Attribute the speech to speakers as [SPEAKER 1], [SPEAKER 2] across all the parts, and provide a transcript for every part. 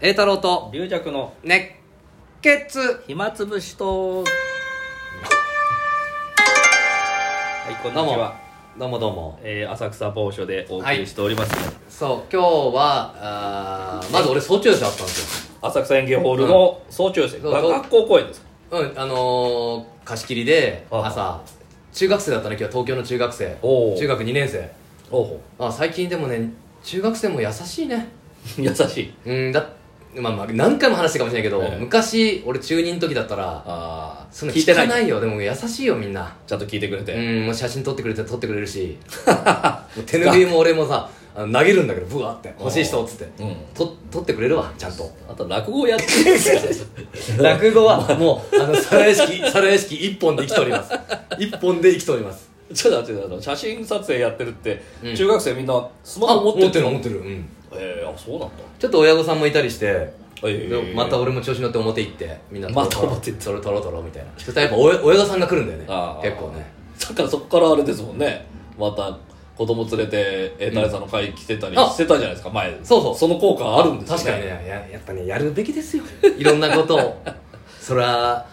[SPEAKER 1] 栄太郎と
[SPEAKER 2] 龍尺の
[SPEAKER 1] 熱血
[SPEAKER 2] 暇つぶしとはいこんに
[SPEAKER 1] どう
[SPEAKER 2] ち
[SPEAKER 1] も
[SPEAKER 2] は、
[SPEAKER 1] どうもどうも
[SPEAKER 2] えー、浅草某所でお送りしております、
[SPEAKER 1] そう今日はあーまず俺早朝生あったんです
[SPEAKER 2] 浅草演芸ホールの総長生、
[SPEAKER 1] そうそう
[SPEAKER 2] 学校公演です
[SPEAKER 1] ようんあのー、貸し切りで
[SPEAKER 2] ああ
[SPEAKER 1] 朝中学生だったね今日東京の中学生
[SPEAKER 2] おう
[SPEAKER 1] 中学2年生
[SPEAKER 2] おう
[SPEAKER 1] あ最近でもね中学生も優しいね
[SPEAKER 2] 優しい
[SPEAKER 1] うんだまあまあ何回も話したかもしれないけど、
[SPEAKER 2] ええ
[SPEAKER 1] 昔俺中2の時だったら
[SPEAKER 2] ああ
[SPEAKER 1] そんな
[SPEAKER 2] 聞い
[SPEAKER 1] 聞
[SPEAKER 2] て
[SPEAKER 1] か
[SPEAKER 2] な
[SPEAKER 1] な
[SPEAKER 2] い
[SPEAKER 1] いよでも優しいよみんな
[SPEAKER 2] ちゃんと聞いてくれて、
[SPEAKER 1] うんもう写真撮ってくれて撮ってくれる しもう手拭いも俺もさあの投げるんだけどブワーって欲しい人っつって、
[SPEAKER 2] うん
[SPEAKER 1] と撮ってくれるわちゃんと
[SPEAKER 2] あと落語やってるんですよ
[SPEAKER 1] 落語はもうあの皿屋敷 皿屋敷一本で生きております一本で生きております
[SPEAKER 2] ちょっと待ってあの写真撮影やってるって、
[SPEAKER 1] うん
[SPEAKER 2] 中学生みんなスマ
[SPEAKER 1] あ
[SPEAKER 2] ホ
[SPEAKER 1] 持
[SPEAKER 2] 持って
[SPEAKER 1] ってる
[SPEAKER 2] の
[SPEAKER 1] 持ってる、うん、
[SPEAKER 2] えー、あそうなんだ
[SPEAKER 1] ちょっと親御さんもいたりして
[SPEAKER 2] え
[SPEAKER 1] でまた俺も調子乗って表行ってみんな
[SPEAKER 2] また表行
[SPEAKER 1] って撮ろう撮ろう撮ろうみたいなそしたらやっぱ親親御さんが来るんだよね
[SPEAKER 2] あー
[SPEAKER 1] 結構ね
[SPEAKER 2] だからそこからあれですもんねまた子供連れてえー誰さんの会来てたり
[SPEAKER 1] うんあ
[SPEAKER 2] してたじゃないですか前
[SPEAKER 1] そうそう
[SPEAKER 2] その効果あるんですよ
[SPEAKER 1] 確かにねややっぱねやるべきですよ いろんなことをそりゃあ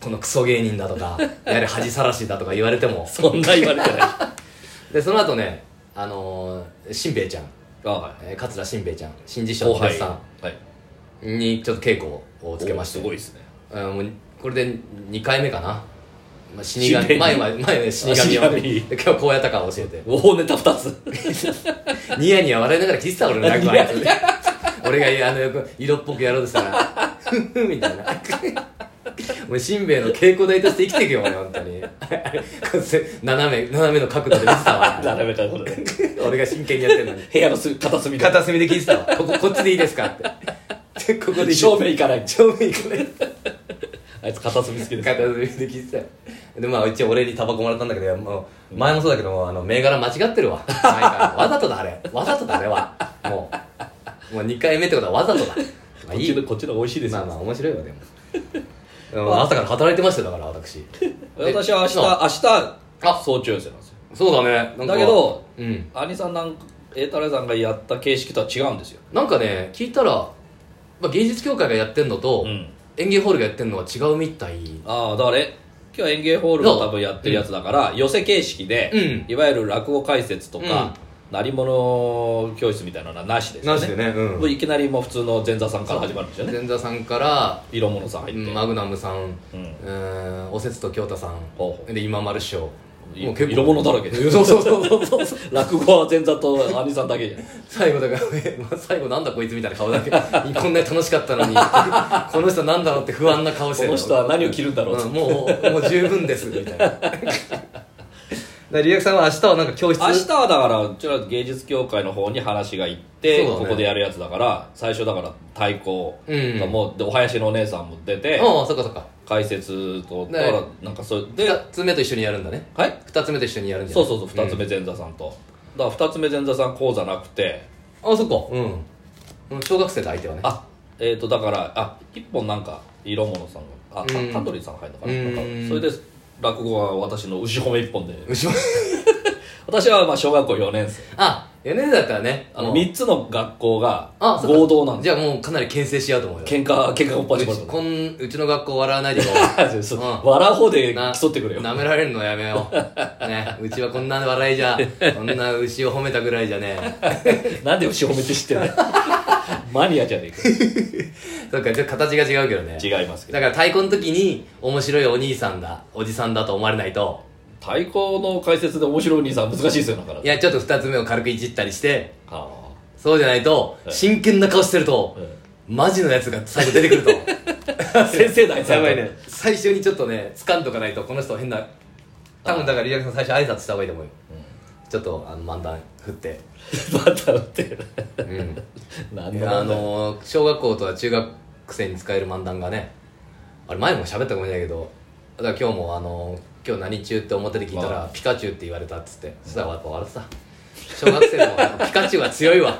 [SPEAKER 1] このクソ芸人だと かやれ恥さらしだとか言われても
[SPEAKER 2] そんな言われてない あ
[SPEAKER 1] でその後ねあのー、しんべヱちゃん、
[SPEAKER 2] は
[SPEAKER 1] えー桂しんべヱちゃん新
[SPEAKER 2] い
[SPEAKER 1] 実証の
[SPEAKER 2] は
[SPEAKER 1] 林
[SPEAKER 2] い
[SPEAKER 1] さ
[SPEAKER 2] はい
[SPEAKER 1] んにちょっと稽古をつけまして
[SPEAKER 2] おすごいですね
[SPEAKER 1] あーもうこれで2回目かな、まあ、死
[SPEAKER 2] 死神
[SPEAKER 1] 神前は前ね死神を
[SPEAKER 2] あ死神
[SPEAKER 1] で今日こうやったか教えて
[SPEAKER 2] 大ネタ2つ
[SPEAKER 1] ニヤニヤ笑いながら聞いてた俺の落語
[SPEAKER 2] ニヤ
[SPEAKER 1] あいつ俺があのよく色っぽくやろうとしたらふふみたいなもうしんべヱの稽古台として生きていくよ俺本当に斜め斜めの角度で見てたわ
[SPEAKER 2] 並べたことで
[SPEAKER 1] 俺が真剣にやってるのに
[SPEAKER 2] 部屋のすぐ片隅で
[SPEAKER 1] 片隅で聞いてたわこここっちでいいですかってでここでいいです
[SPEAKER 2] 正面行かない
[SPEAKER 1] 正面行かない
[SPEAKER 2] あいつ片隅好きです
[SPEAKER 1] 片隅で聞いてたでまあ一応俺にタバコもらったんだけどもう前もそうだけどもあの銘柄間違ってるわ前からわざとだあれわざとだあれはもうもう2回目ってことはわざとだまあ
[SPEAKER 2] こっ
[SPEAKER 1] い
[SPEAKER 2] ちの
[SPEAKER 1] い
[SPEAKER 2] こっちの美味しいですよ、
[SPEAKER 1] まあまあ面白いわでもでも朝から働いてましたよだから私
[SPEAKER 2] 私は明日
[SPEAKER 1] あ
[SPEAKER 2] 明
[SPEAKER 1] あ
[SPEAKER 2] 日早朝寄せなんですよ
[SPEAKER 1] そうだねなんか
[SPEAKER 2] だけど
[SPEAKER 1] うん
[SPEAKER 2] 兄さんなんか栄太郎さんがやった形式とは違うんですよ
[SPEAKER 1] なんかね聞いたら、まあ、芸術協会がやってんのと、
[SPEAKER 2] うん
[SPEAKER 1] 演芸ホールがやってんのは違うみたい
[SPEAKER 2] ああだからえ今日演芸ホールも多分やってるやつだから、寄せ形式で、
[SPEAKER 1] う
[SPEAKER 2] いわゆる落語解説とか、鳴り物教室みたいなのはなしですよね
[SPEAKER 1] ねう
[SPEAKER 2] もういきなりもう普通の前座さんから始まるんですよね
[SPEAKER 1] 前座さんから
[SPEAKER 2] 色物さん入って、
[SPEAKER 1] マグナムさん、
[SPEAKER 2] うん
[SPEAKER 1] うんおせつと京太さ
[SPEAKER 2] ほうん
[SPEAKER 1] で今丸師匠
[SPEAKER 2] い色物だらけで
[SPEAKER 1] そうそうそうそうそう
[SPEAKER 2] 落語は前座と兄さんだけじゃん
[SPEAKER 1] 最後だから、 まあ最後なんだこいつみたいな顔 だけどこんなに楽しかったのに この人なんだろうって不安な顔して
[SPEAKER 2] この人は何を着るんだろうって
[SPEAKER 1] うんもうもう十分ですみた いなだからリアクさんは明日はなんか教室
[SPEAKER 2] 明日はだからうちら芸術協会の方に話が行って、
[SPEAKER 1] そうだね
[SPEAKER 2] ここでやるやつだから最初だから太鼓が
[SPEAKER 1] うん
[SPEAKER 2] もうでお囃子のお姉さんも出て、
[SPEAKER 1] ああそっかそっか
[SPEAKER 2] 解説と
[SPEAKER 1] ね
[SPEAKER 2] だからなんかそれで、
[SPEAKER 1] 2つ目と一緒にやるんだね
[SPEAKER 2] はい
[SPEAKER 1] 2つ目と一緒にやるんじゃ
[SPEAKER 2] そ
[SPEAKER 1] な
[SPEAKER 2] う
[SPEAKER 1] い
[SPEAKER 2] そうそう2つ目前座さんと、だから2つ目前座さん講座なくて
[SPEAKER 1] ああそっかうんうん小学生と相手はね
[SPEAKER 2] あえっ、とだからあ一1本なんか色物さんがあた
[SPEAKER 1] うん
[SPEAKER 2] 香取さん入るのかな
[SPEAKER 1] うん
[SPEAKER 2] なんかそれで落語は私の牛褒め1本で
[SPEAKER 1] 後ろ
[SPEAKER 2] 私はまあ小学校4年生
[SPEAKER 1] あ4年生だったらね
[SPEAKER 2] あの
[SPEAKER 1] もう
[SPEAKER 2] 3つの学校が
[SPEAKER 1] あそうか
[SPEAKER 2] 合同なんです
[SPEAKER 1] じゃあもうかなり牽制し合うと思うよ
[SPEAKER 2] 喧嘩喧嘩おっぱ
[SPEAKER 1] う
[SPEAKER 2] ちま
[SPEAKER 1] ち
[SPEAKER 2] る
[SPEAKER 1] こんうちの学校笑わないでよ
[SPEAKER 2] そう
[SPEAKER 1] うん
[SPEAKER 2] 笑う方で
[SPEAKER 1] な
[SPEAKER 2] 競ってくれ よ
[SPEAKER 1] 舐められるのやめよう、ね、うちはこんな笑いじゃこんな牛を褒めたぐらいじゃね
[SPEAKER 2] なんで牛褒めて知って んのマニアじゃね
[SPEAKER 1] そっかちょっと形が違うけどね
[SPEAKER 2] えか違いますけど
[SPEAKER 1] だから太鼓の時に面白いお兄さんだおじさんだと思われないと
[SPEAKER 2] 太鼓の解説で面白いお兄さん難しいですよだから
[SPEAKER 1] いやちょっと2つ目を軽くいじったりして
[SPEAKER 2] あ
[SPEAKER 1] そうじゃないと
[SPEAKER 2] はい
[SPEAKER 1] 真剣な顔してると
[SPEAKER 2] ーうん
[SPEAKER 1] マジのやつが最後出てくると
[SPEAKER 2] 先生だあいつ
[SPEAKER 1] やばいね最初にちょっとね掴んとかないとこの人変な多分だからリアクさん最初挨拶した方がいいと思うよちょっとあの漫談振って、
[SPEAKER 2] バターって
[SPEAKER 1] う ん、
[SPEAKER 2] 何
[SPEAKER 1] あ
[SPEAKER 2] の
[SPEAKER 1] のー小学校とは中学生に使える漫談がねあれ前も喋ったかもしれないけどだから今日も、あのー今日何中?」って表で聞いた
[SPEAKER 2] あ
[SPEAKER 1] ら「ピカチュウ」って言われたっつってそしたらやっぱ笑ってた小学生でもやっぱ「ピカチュウは強い わ」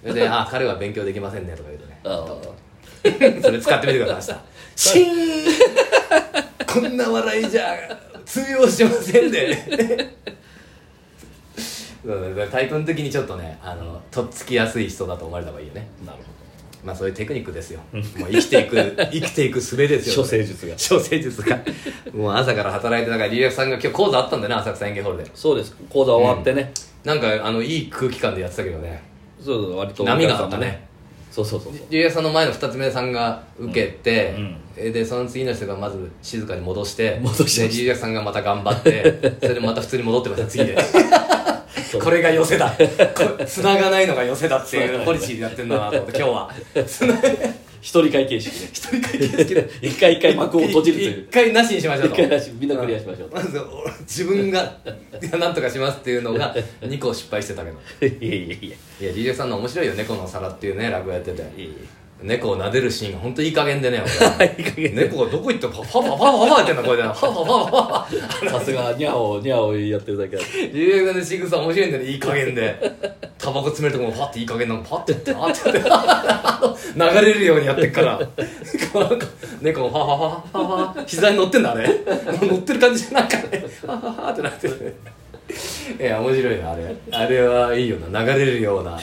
[SPEAKER 1] それで「ああ彼は勉強できませんね」とか言うとね
[SPEAKER 2] あ
[SPEAKER 1] それ使ってみてくださいシーンこんな笑いじゃ通用しませんねそうだね太鼓の時にちょっとねあのとっつきやすい人だと思われた方がいいよね
[SPEAKER 2] なる
[SPEAKER 1] まあそういうテクニックですよもう生きていく 生きていく術ですよ
[SPEAKER 2] 処世術が
[SPEAKER 1] 小生術がもう朝から働いてだからリリアクさんが今日講座あったんだよな浅草演芸ホールで
[SPEAKER 2] そうです講座終わってね、
[SPEAKER 1] なんかあのいい空気感でやってたけどね
[SPEAKER 2] そうそう割と
[SPEAKER 1] 波があったね
[SPEAKER 2] そうそうそうそう
[SPEAKER 1] リリアクさんの前の2つ目さんが受けて、
[SPEAKER 2] うんうん
[SPEAKER 1] えでその次の人がまず静かに戻して
[SPEAKER 2] 戻しまし
[SPEAKER 1] で
[SPEAKER 2] た
[SPEAKER 1] リリアクさんがまた頑張 ってそれでまた普通に戻ってました次でこれが寄せだこ繋がないのが寄せだっていうポリシーでやってんだなと思って今日は
[SPEAKER 2] 一人会形式で一人会形式で 一回一回幕を閉じるという
[SPEAKER 1] 一回なしにしましょう
[SPEAKER 2] 一
[SPEAKER 1] と
[SPEAKER 2] 回なしみんなクリアしましょう
[SPEAKER 1] まず俺自分がいやなんとかしますっていうのが2個失敗してたけど
[SPEAKER 2] いやいやいや
[SPEAKER 1] いや DJ さんの面白いよ猫の皿っていうね落語やってて
[SPEAKER 2] いやいや
[SPEAKER 1] 猫を撫でるシーンが本当いい加減でね
[SPEAKER 2] いい加
[SPEAKER 1] 俺
[SPEAKER 2] 減
[SPEAKER 1] 猫がどこ行ってもパパパパパパやってんだこれでパパパパパ
[SPEAKER 2] さすがニャオニャオやってるだけある
[SPEAKER 1] DJ さんの仕草面白いんだよねいい加減でタバコ詰めるとこもパッていい加減なのパッてってパッてって流れるようにやってっからなんか猫もファファファファファ膝に乗ってんだあれ乗ってる感じじゃなんかねファファファってなってるいや面白いなあれあれはいいよな流れるような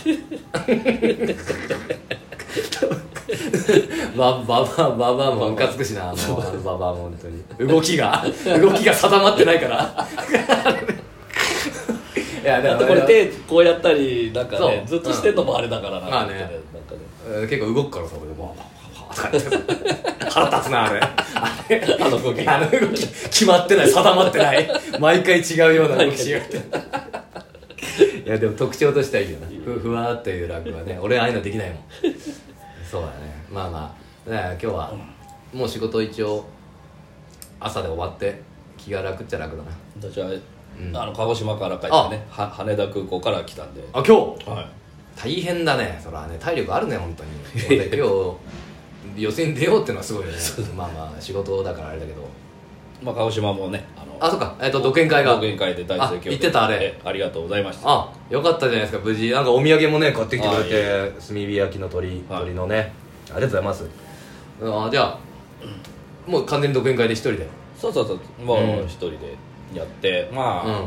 [SPEAKER 1] バババババもムカつくしなもうあのババアも本当に動きが動きが定まってないから いや
[SPEAKER 2] だ
[SPEAKER 1] だ
[SPEAKER 2] っ
[SPEAKER 1] か
[SPEAKER 2] て
[SPEAKER 1] ら
[SPEAKER 2] これ手こうやったりなんかね
[SPEAKER 1] そ
[SPEAKER 2] ず
[SPEAKER 1] う
[SPEAKER 2] っとしてんのもあれだからな
[SPEAKER 1] まあね
[SPEAKER 2] なんかね
[SPEAKER 1] うん結構動くからさ俺でも パパパパとか腹立つなあれあれ
[SPEAKER 2] あの動き
[SPEAKER 1] あの動き決まってない定まってない毎回違うような動きしようっていやでも特徴としてはいいよなふふわーっていうラグはね俺ああいうのできないもんそうだねまあまあだから今日はもう仕事一応朝で終わって気が楽っちゃ楽だな
[SPEAKER 2] 私は、
[SPEAKER 1] ん
[SPEAKER 2] あの鹿児島から帰ってねは羽田空港から来たんで
[SPEAKER 1] あ今日
[SPEAKER 2] は
[SPEAKER 1] 大変だねそらね体力あるね本当 にまた今日予選出ようってのはすごいよねまあまあ仕事だからあれだけど
[SPEAKER 2] い、まあ、鹿児島もねあの
[SPEAKER 1] あそっかえっと独演会が
[SPEAKER 2] 講演会で大盛況で
[SPEAKER 1] あ行ってたあれ
[SPEAKER 2] えありがとうございました
[SPEAKER 1] あよかったじゃないですか無事なんかお土産もね買ってきてくれ
[SPEAKER 2] あいえ
[SPEAKER 1] て炭火焼きの鶏
[SPEAKER 2] はい
[SPEAKER 1] 鶏のねありがとうございますあじゃあもう完全に独演会で一人で
[SPEAKER 2] そうそうそうもう
[SPEAKER 1] うん
[SPEAKER 2] 一人でやって、まあ、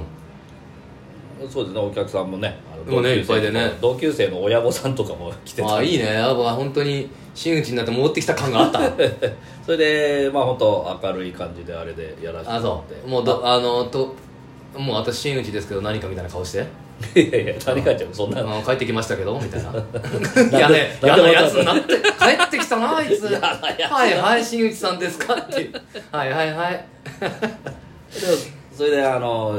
[SPEAKER 1] う
[SPEAKER 2] そうですねお客さんもねあの
[SPEAKER 1] もうね
[SPEAKER 2] 同級生
[SPEAKER 1] いっぱいでね
[SPEAKER 2] 同級生の親御さんとかも来て
[SPEAKER 1] ん
[SPEAKER 2] た
[SPEAKER 1] あいいねやっぱ本当に真打ちになって戻ってきた感があった
[SPEAKER 2] それでまあ本当明るい感じであれでやらせて
[SPEAKER 1] あ
[SPEAKER 2] も
[SPEAKER 1] そ
[SPEAKER 2] らって
[SPEAKER 1] うもうどあのともう私真打ちですけど何かみたいな顔して
[SPEAKER 2] いやいや谷川ちゃんもそんな
[SPEAKER 1] あ帰ってきましたけどみたい な嫌ね嫌なやつになって帰ってきたなあいつ
[SPEAKER 2] 嫌な やつだ
[SPEAKER 1] はいはい新内さんですかっていうはいはいはい
[SPEAKER 2] でもそれであの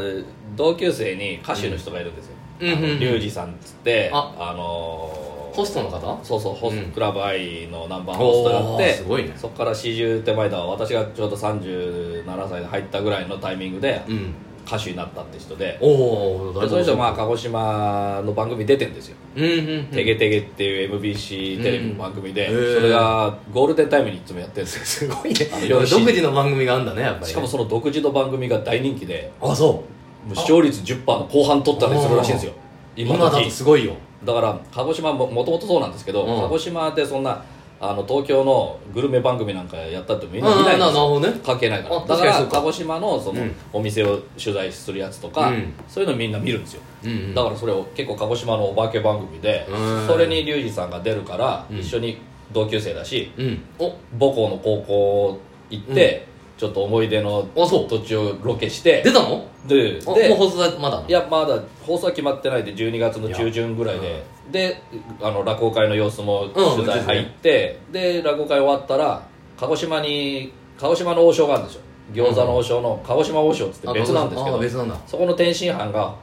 [SPEAKER 2] 同級生に歌手の人がいるんですよ
[SPEAKER 1] うんうんうんうん
[SPEAKER 2] リュウジさんっつって
[SPEAKER 1] あ
[SPEAKER 2] あの
[SPEAKER 1] ホストの方
[SPEAKER 2] そうそうホス、
[SPEAKER 1] うん
[SPEAKER 2] クラブアイのナンバーホストやっ
[SPEAKER 1] おー
[SPEAKER 2] て
[SPEAKER 1] すごいね
[SPEAKER 2] そこから40手前だ私がちょうど37歳で入ったぐらいのタイミングで
[SPEAKER 1] うん
[SPEAKER 2] 歌手になったって人で、
[SPEAKER 1] おお
[SPEAKER 2] でその人まあ
[SPEAKER 1] あ
[SPEAKER 2] 鹿児島の番組出てんですよ
[SPEAKER 1] うんうんうん
[SPEAKER 2] 「てげてげ」っていう MBC テレビの番組で、
[SPEAKER 1] うんへー
[SPEAKER 2] それがゴールデンタイムにいつもやってるんですよ
[SPEAKER 1] すごいね
[SPEAKER 2] あの
[SPEAKER 1] 独自の番組があんだねやっぱりね
[SPEAKER 2] しかもその独自の番組が大人気で
[SPEAKER 1] あそ
[SPEAKER 2] もう視聴率10%の後半取ったりするらしいんですよ
[SPEAKER 1] う
[SPEAKER 2] 今
[SPEAKER 1] 今
[SPEAKER 2] の
[SPEAKER 1] だ
[SPEAKER 2] 時
[SPEAKER 1] とすごいよ
[SPEAKER 2] だから鹿児島ももともとそうなんですけど、
[SPEAKER 1] うん
[SPEAKER 2] 鹿児島でそんなあの東京のグルメ番組なんかやったってみ
[SPEAKER 1] うんん
[SPEAKER 2] な見ないん
[SPEAKER 1] なな
[SPEAKER 2] で
[SPEAKER 1] る
[SPEAKER 2] すよ
[SPEAKER 1] ほどね
[SPEAKER 2] 関係ないから
[SPEAKER 1] あ
[SPEAKER 2] だか
[SPEAKER 1] 確かにそ
[SPEAKER 2] ら
[SPEAKER 1] うか
[SPEAKER 2] 鹿児島のその
[SPEAKER 1] うん
[SPEAKER 2] お店を取材するやつとか、
[SPEAKER 1] うん
[SPEAKER 2] そういうのみんな見るんですよ、
[SPEAKER 1] うんうん
[SPEAKER 2] だからそれを結構鹿児島のお化け番組で
[SPEAKER 1] うん
[SPEAKER 2] それにリュウジさんが出るから
[SPEAKER 1] うん
[SPEAKER 2] 一緒に同級生だし
[SPEAKER 1] うんお
[SPEAKER 2] 母校の高校行ってちょっと思い出の
[SPEAKER 1] あそう
[SPEAKER 2] 土地をロケして
[SPEAKER 1] 出たの
[SPEAKER 2] で
[SPEAKER 1] あも
[SPEAKER 2] で
[SPEAKER 1] う放送だまだない
[SPEAKER 2] やまだ放送は決まってないで12月の中旬ぐらい
[SPEAKER 1] いや
[SPEAKER 2] で、であの落語会の様子も取材入って、で落語会終わったら鹿児島に鹿児島の王将があるんですよ餃子の王将の鹿児島王将っつって
[SPEAKER 1] あ
[SPEAKER 2] 別なんですけ
[SPEAKER 1] あ
[SPEAKER 2] ど
[SPEAKER 1] 別なんだ
[SPEAKER 2] そこの天津飯が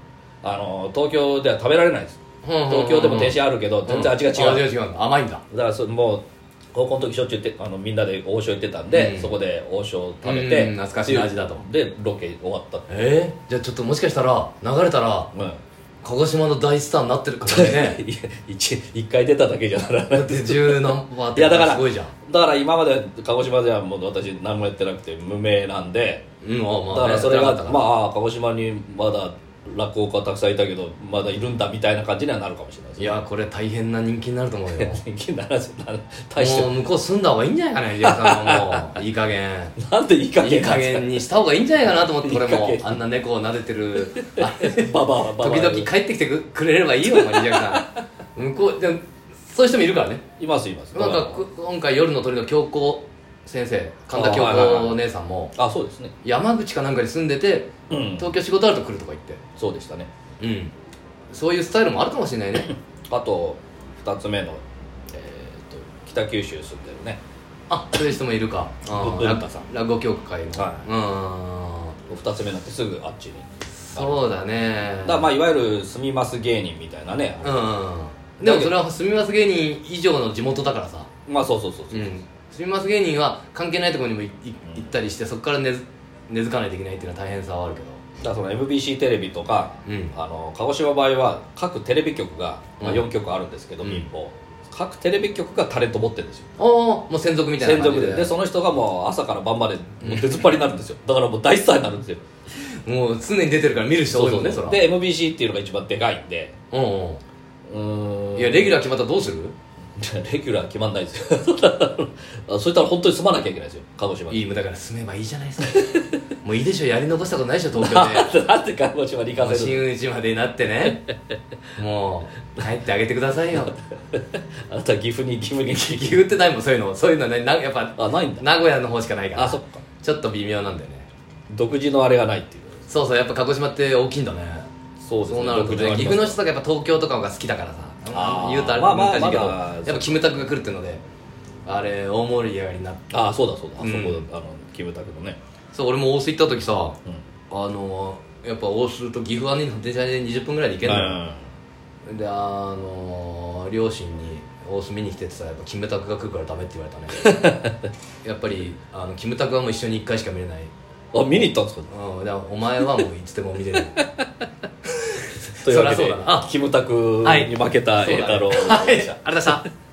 [SPEAKER 2] あの東京では食べられないです東京でも天津飯あるけど全然味が違う、
[SPEAKER 1] うん味が違うんだ甘いんだ
[SPEAKER 2] だからそれもう高校の時しょっちゅう行ってあのみんなで王将行ってたんで、
[SPEAKER 1] うん
[SPEAKER 2] そこで王将食べて
[SPEAKER 1] うん懐かしい味だと
[SPEAKER 2] でロケ終わったって
[SPEAKER 1] えー、じゃあちょっともしかしたら流れたら
[SPEAKER 2] うん
[SPEAKER 1] 鹿児島の大スターになってるかもしれない
[SPEAKER 2] いや一一回出ただけじゃならない
[SPEAKER 1] だって十何パーって
[SPEAKER 2] いやだから
[SPEAKER 1] すごいじゃん
[SPEAKER 2] だから今まで鹿児島ではもう私何もやってなくて無名なんで
[SPEAKER 1] うんああま
[SPEAKER 2] だ
[SPEAKER 1] あ
[SPEAKER 2] からそれが
[SPEAKER 1] ね
[SPEAKER 2] まあ鹿児島にまだ落語家たくさんいたけどまだいるんだみたいな感じにはなるかもしれないです
[SPEAKER 1] いやこれ大変な人気になると思うよ
[SPEAKER 2] 人気にならずな 大し
[SPEAKER 1] もう
[SPEAKER 2] て
[SPEAKER 1] 向こう住んだ方がいいんじゃないかな、ヒデさんはもう。いい加減。
[SPEAKER 2] なんでい い加
[SPEAKER 1] いい
[SPEAKER 2] 減な
[SPEAKER 1] 加
[SPEAKER 2] んです
[SPEAKER 1] 減にした方がいいんじゃないかなと思って、これ
[SPEAKER 2] いい加
[SPEAKER 1] も
[SPEAKER 2] 減。
[SPEAKER 1] あんな猫を撫でてる、あ
[SPEAKER 2] かババアババア
[SPEAKER 1] 時々帰ってきてくれればいいよ、もう、ヒデさん。向こう、でも、そういう人もいるからね
[SPEAKER 2] いますいます
[SPEAKER 1] なんかく今回夜の鳥の京子先生神田京
[SPEAKER 2] あはいはいはい
[SPEAKER 1] 子お姉さんも
[SPEAKER 2] あそうですね
[SPEAKER 1] 山口かなんかに住んでて
[SPEAKER 2] うん
[SPEAKER 1] 東京仕事あると来るとか言って
[SPEAKER 2] そうでしたね
[SPEAKER 1] うんそういうスタイルもあるかもしれないね
[SPEAKER 2] あと2つ目の、えー、と北九州住んでるね
[SPEAKER 1] あそういう人もいるかあー
[SPEAKER 2] 文化さん
[SPEAKER 1] 落語協会の、
[SPEAKER 2] は
[SPEAKER 1] う
[SPEAKER 2] 2つ目になってすぐあっちに
[SPEAKER 1] んそうだね
[SPEAKER 2] だからまあいわゆる住みます芸人みたいなね、
[SPEAKER 1] うんでもそれは住みます芸人以上の地元だからさ
[SPEAKER 2] まあそうそうそうそうう、
[SPEAKER 1] ん住みます芸人は関係ないところにもいい行ったりしてそこから根付根付かないといけないっていうのは大変さはあるけど
[SPEAKER 2] だからその MBC テレビとか、
[SPEAKER 1] うん
[SPEAKER 2] あの鹿児島場合は各テレビ局が、まあ、
[SPEAKER 1] うん
[SPEAKER 2] 4局あるんですけど、
[SPEAKER 1] うん
[SPEAKER 2] 民放各テレビ局がタレント持ってるんですよ
[SPEAKER 1] ああもう専属みたい
[SPEAKER 2] 専
[SPEAKER 1] な感じ
[SPEAKER 2] 属
[SPEAKER 1] で
[SPEAKER 2] ででその人がもう朝から晩までもう出ずっぱりになるんですよだからもう大スターになるんですよ
[SPEAKER 1] もう常に出てるから見る人多いもんね
[SPEAKER 2] そ
[SPEAKER 1] そうら
[SPEAKER 2] で MBC っていうのが一番でかいんで
[SPEAKER 1] うんうん
[SPEAKER 2] うーん
[SPEAKER 1] いやレギュラー決まったらどうする
[SPEAKER 2] レギュラー決まんないですよ あそういったら本当に住まなきゃいけないですよ鹿児島
[SPEAKER 1] い
[SPEAKER 2] に
[SPEAKER 1] いもうだから住めばいいじゃないで すかもういいでしょやり残したことないでしょ東京で
[SPEAKER 2] なんで鹿児島に行
[SPEAKER 1] も
[SPEAKER 2] か
[SPEAKER 1] う
[SPEAKER 2] せる
[SPEAKER 1] 真打ちまでになって ねもう帰ってあげてくださいよ
[SPEAKER 2] あなた岐阜に岐阜に
[SPEAKER 1] 言ってないもんそういうのそういうのはねなやっぱ
[SPEAKER 2] あないんだ
[SPEAKER 1] 名古屋の方しかないから
[SPEAKER 2] あそっか
[SPEAKER 1] ちょっと微妙なんだよね
[SPEAKER 2] 独自のあれがないっていう
[SPEAKER 1] そうそうやっぱ鹿児島って大きいんだね
[SPEAKER 2] そうですね
[SPEAKER 1] そうなると
[SPEAKER 2] 独自の
[SPEAKER 1] ね
[SPEAKER 2] あ
[SPEAKER 1] 岐
[SPEAKER 2] り
[SPEAKER 1] 阜
[SPEAKER 2] ま
[SPEAKER 1] の
[SPEAKER 2] す
[SPEAKER 1] 人がやっぱ東京とかが好きだからさ
[SPEAKER 2] あー
[SPEAKER 1] 言うとあれ
[SPEAKER 2] まあま
[SPEAKER 1] 難
[SPEAKER 2] あ
[SPEAKER 1] しいけど、
[SPEAKER 2] まだ
[SPEAKER 1] やっぱキムタクが来るっていうのであれ大盛り上がりになって
[SPEAKER 2] あそうだそうだあそこ、
[SPEAKER 1] うん
[SPEAKER 2] あのキムタクのね、
[SPEAKER 1] そう俺も大須行った時さ
[SPEAKER 2] うん、
[SPEAKER 1] あのやっぱ大須と岐阜はね電車で20分ぐらいで行けるのよ、であの両親に大須見に来てってさやっぱキムタクが来るからダメって言われた ねやっぱりあのキムタクはもう一緒に1回しか見れない、
[SPEAKER 2] うんあ見に行ったんですか
[SPEAKER 1] うん、だからお前はもういつでも見れる
[SPEAKER 2] というわけ
[SPEAKER 1] そりゃそ
[SPEAKER 2] で
[SPEAKER 1] うだなあ
[SPEAKER 2] キムタクに負けた栄太郎
[SPEAKER 1] はいありがとうございました